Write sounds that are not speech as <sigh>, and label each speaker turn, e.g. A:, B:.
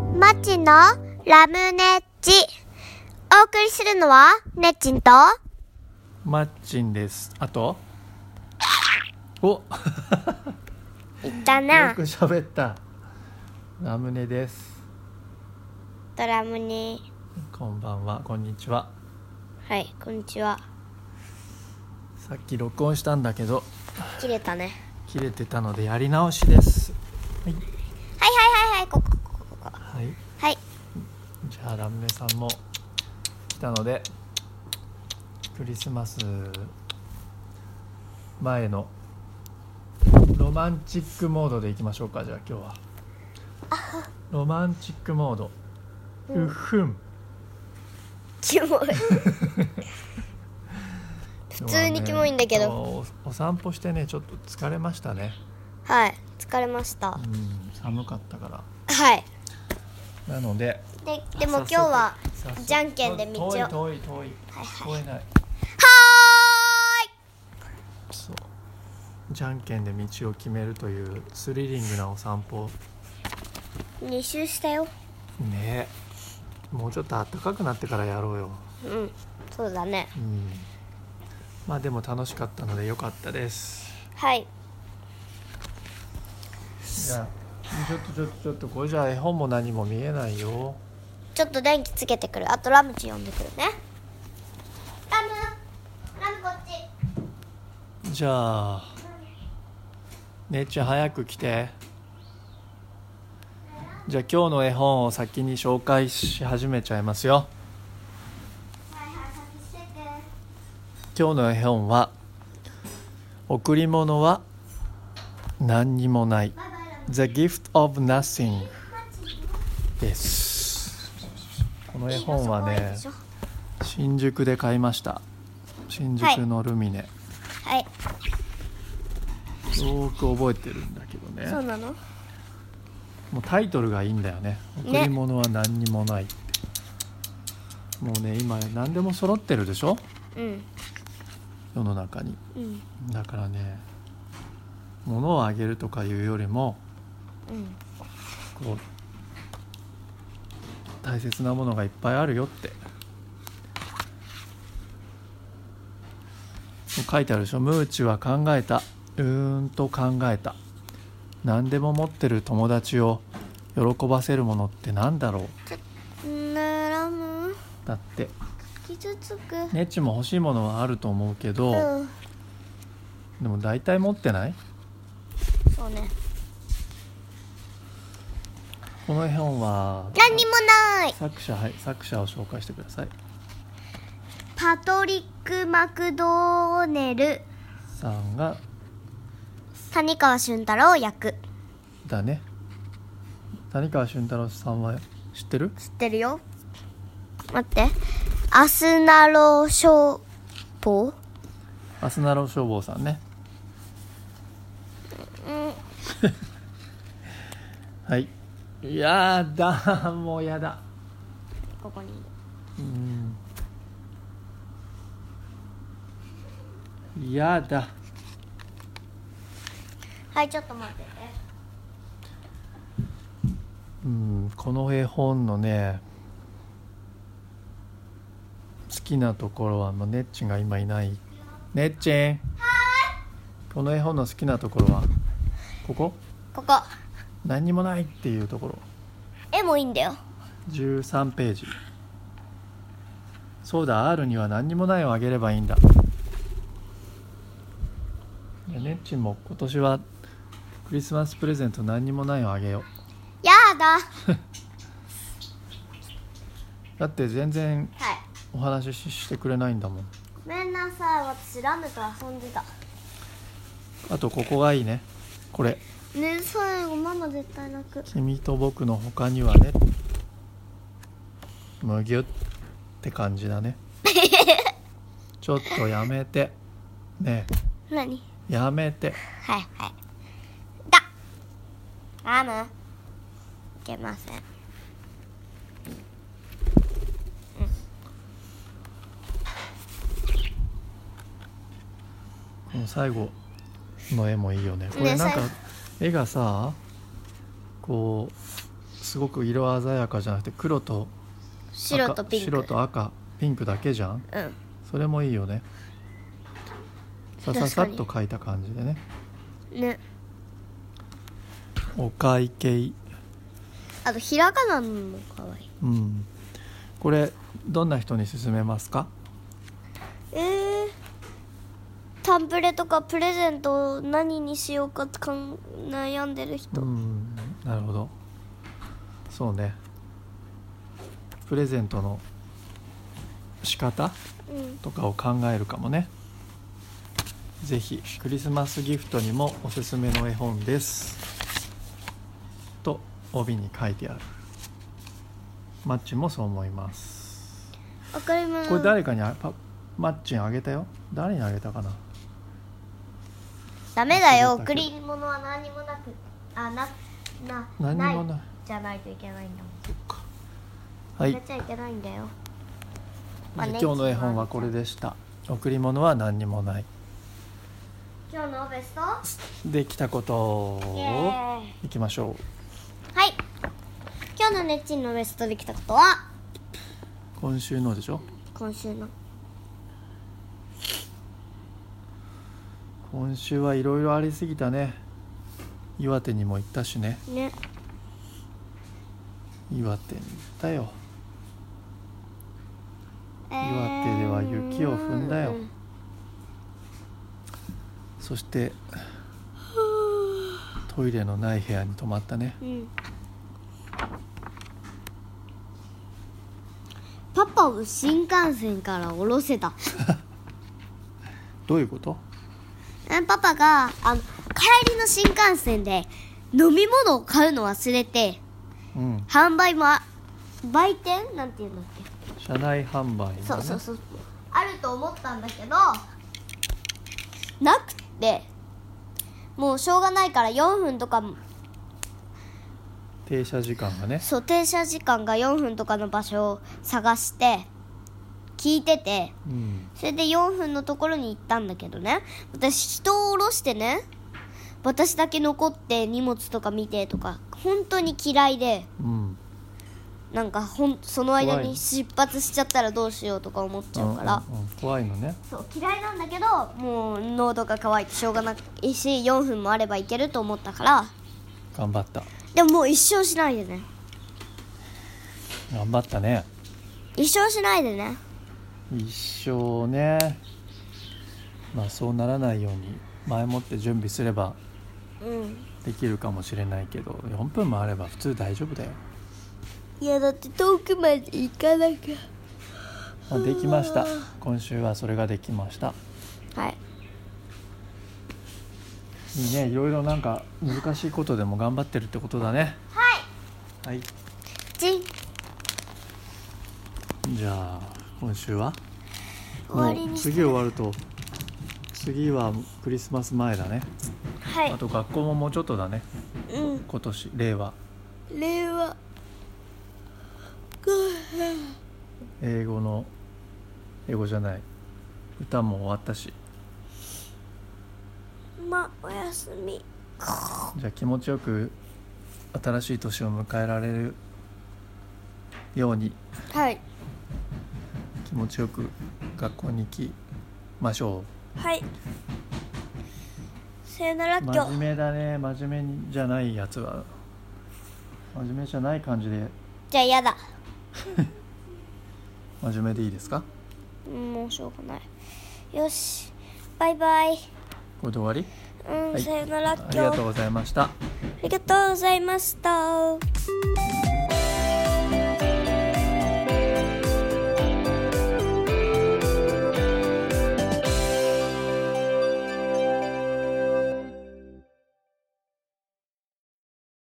A: のラムネッチ。お送りするのは、ネッチンと、
B: マッチンです。あと。お、よ
A: いったな
B: く、喋った。ラムネです。
A: ドラムに。
B: こんばんは、こんにちは。
A: はい、こんにちは。
B: さっき録音したんだけど、
A: 切れたね。
B: 切れてたのでやり直しです。はい。
A: はいはいはいはい、ここ、ここ、ここ。
B: はい。
A: はい。
B: じゃあラムネさんも来たので、クリスマス前のロマンチックモードでいきましょうか。じゃあ今日は。ロマンチックモード。うっふん。
A: キモい。普通にキモいんだけど
B: でもねおお散歩してねちょっと疲れましたね、
A: はい、疲れました
B: う。ん、寒かったから
A: はい。
B: なので
A: で、でも今日は、
B: 早速
A: じゃんけんで道を
B: 遠い遠い遠い
A: はい
B: 聞こえない
A: は
B: そうじゃんけんで道を決めるというスリリングなお散歩
A: ーい。2周したよ。
B: ねもうちょっと暖かくなってからやろうよ
A: うん、そうだね。
B: うんまあでも楽しかったので良かったです
A: はい。
B: じゃあちょっとちょっとちょっとこれじゃあ絵本も何も見えないよ
A: ちょっと電気つけてくる。あとラムチ呼んでくるね。ラム、ラムこっち。
B: じゃあ姉ちゃん早く来てじゃあ今日の絵本を先に紹介し始めちゃいますよ今日の絵本は「贈り物は何にもない」「The Gift of Nothing」ですこの絵本はね新宿で買いました新宿のルミネ、
A: はい、
B: よーく覚えてるんだけどね
A: そうなの。
B: もうタイトルがいいんだよね「贈
A: ね
B: り物は何にもない」ってもうね今何でも揃ってるでしょ
A: うん、
B: 世の中に
A: うん、
B: だからね物をあげるとかいうよりも
A: うん、
B: こう大切なものがいっぱいあるよってもう書いてあるでしょ「ムーチは考えたうーんと考えた何でも持ってる友達を喜ばせるものってなんだろう?」
A: ならむ、
B: だって
A: 傷つく。
B: ネッチも欲しいものはあると思うけど、
A: うん、
B: でも大体持ってない
A: そうね。
B: この絵本は
A: 何にもない。
B: 作者はい作者を紹介してください
A: パトリックマクドネル、
B: さんが
A: 谷川俊太郎役。
B: だね谷川俊太郎さんは知ってる
A: 知ってるよ。待って、アスナロ消防。
B: アスナロ消防さんね
A: うん、
B: はいやだもうやだ
A: ここにいる。
B: うんやだ
A: はい、ちょっと待ってて。
B: うんこの絵本のね好きなところはもうネッチンが今いないネッチンこの絵本の好きなところはここ
A: ここ、
B: 何にもないっていうところ
A: 絵もいいんだよ。
B: 13ページそうだ R には何にもないをあげればいいんだいやネッチンも今年はクリスマスプレゼント何にもないをあげよう
A: やだ。は
B: だって全然
A: い。
B: お話ししてくれないんだもん
A: ごめんなさい私ラムと遊んでた
B: あとここがいいねこれ
A: ね最後ママ絶対泣く
B: 「君と僕の他にはね」むぎゅって感じ
A: <laughs>
B: だねちょっとやめてね
A: 何
B: えやめて
A: はいはいだラムいけません
B: この最後の絵もいいよねこ
A: ね
B: れなんか
A: 最後
B: 絵がさこうすごく色鮮やかじゃなくて黒と赤
A: 白とピンク
B: 白と赤ピンクだけじゃん
A: うん
B: それもいいよねさささっと描いた感じでね
A: ね
B: お会計
A: あとひらがなのも可愛い
B: うんこれどんな人に勧めますか
A: えー、タンプレとかプレゼントを何にしようかかん悩んでる人、
B: うんなるほどそうねプレゼントの仕方
A: うん
B: とかを考えるかもねぜひクリスマスギフトにもおすすめの絵本ですと帯に書いてあるマッチンもそう思います
A: わかります
B: これ誰かにあパマッチンあげたよ誰にあげたかな
A: ダメだよ
B: 忘れた
A: 贈
B: けど
A: り物は何もなくあなな
B: 何
A: ない
B: もない
A: じゃないといけないんだもん
B: はい
A: やっちゃいけないんだよまあ
B: 今日の絵本はこれでした贈り物は何にもない
A: 今日のベスト
B: できたこと
A: イエ
B: を
A: ーイ
B: いきましょ
A: はい今日のネッチンのベストできたことは
B: う今週のでしょ
A: 今週の
B: 今週はいろいろありすぎたね岩手にも行ったしね
A: ね
B: 岩手に行ったよ
A: え
B: 岩手では雪を踏んだよ
A: うん <sighs>
B: そしてトイレのない部屋に泊まったね
A: うんパパを新幹線から降ろせた
B: どういうこと
A: えパパがあの帰りの新幹線で飲み物を買うの忘れて
B: うん
A: 販売もあ売店なんていうんだっけ
B: 車内販売のね
A: そうそうそうあると思ったんだけどなくてもうしょうがないから4分とかも
B: 停車時間がね
A: そう停車時間が4分とかの場所を探して聞いてて
B: うん
A: それで4分のところに行ったんだけどね私人を降ろしてね私だけ残って荷物とか見てとか本当に嫌いで
B: うん
A: なんかほんその間
B: 怖
A: に
B: い
A: 出発しちゃったらどうしようとか思っちゃうから。
B: うんうんうん怖いのね
A: そう嫌いなんだけどもう喉が渇いてしょうがないし4分もあればいけると思ったから
B: 頑張った
A: でももう一生しないでね
B: 頑張ったね
A: 一生しないでね
B: 一生ねまあそうならないように前もって準備すれば
A: うん
B: できるかもしれないけど4分もあれば普通大丈夫だよ、
A: いやだって遠くまで行かなき
B: まあ、できました今週はそれができました
A: ゃはい
B: いいねいろいろなんか難しいことでも頑張ってるってことだねはい、
A: チン
B: じゃあ今週は
A: 終わり
B: もう
A: に
B: 次終わると次はクリスマス前だね、
A: はい
B: あと学校ももうちょっとだね
A: うん
B: 今年令和
A: 令和
B: 英語の英語じゃない歌も終わったし
A: まあおやすみ
B: じゃあ気持ちよく新しい年を迎えられるように
A: はい
B: 気持ちよく学校に行きましょ
A: はいさよなら
B: う
A: 今
B: 真面
A: 日
B: 目だね真面目じゃないやつは真面目じゃない感じで
A: じゃあやだ
B: 真面目でいいですか
A: うんもうしょうがないよしバイバイ
B: これで終わ
A: うん、
B: はい
A: さよなら今
B: りあ
A: 日
B: りがとうございました
A: ありがとうございました。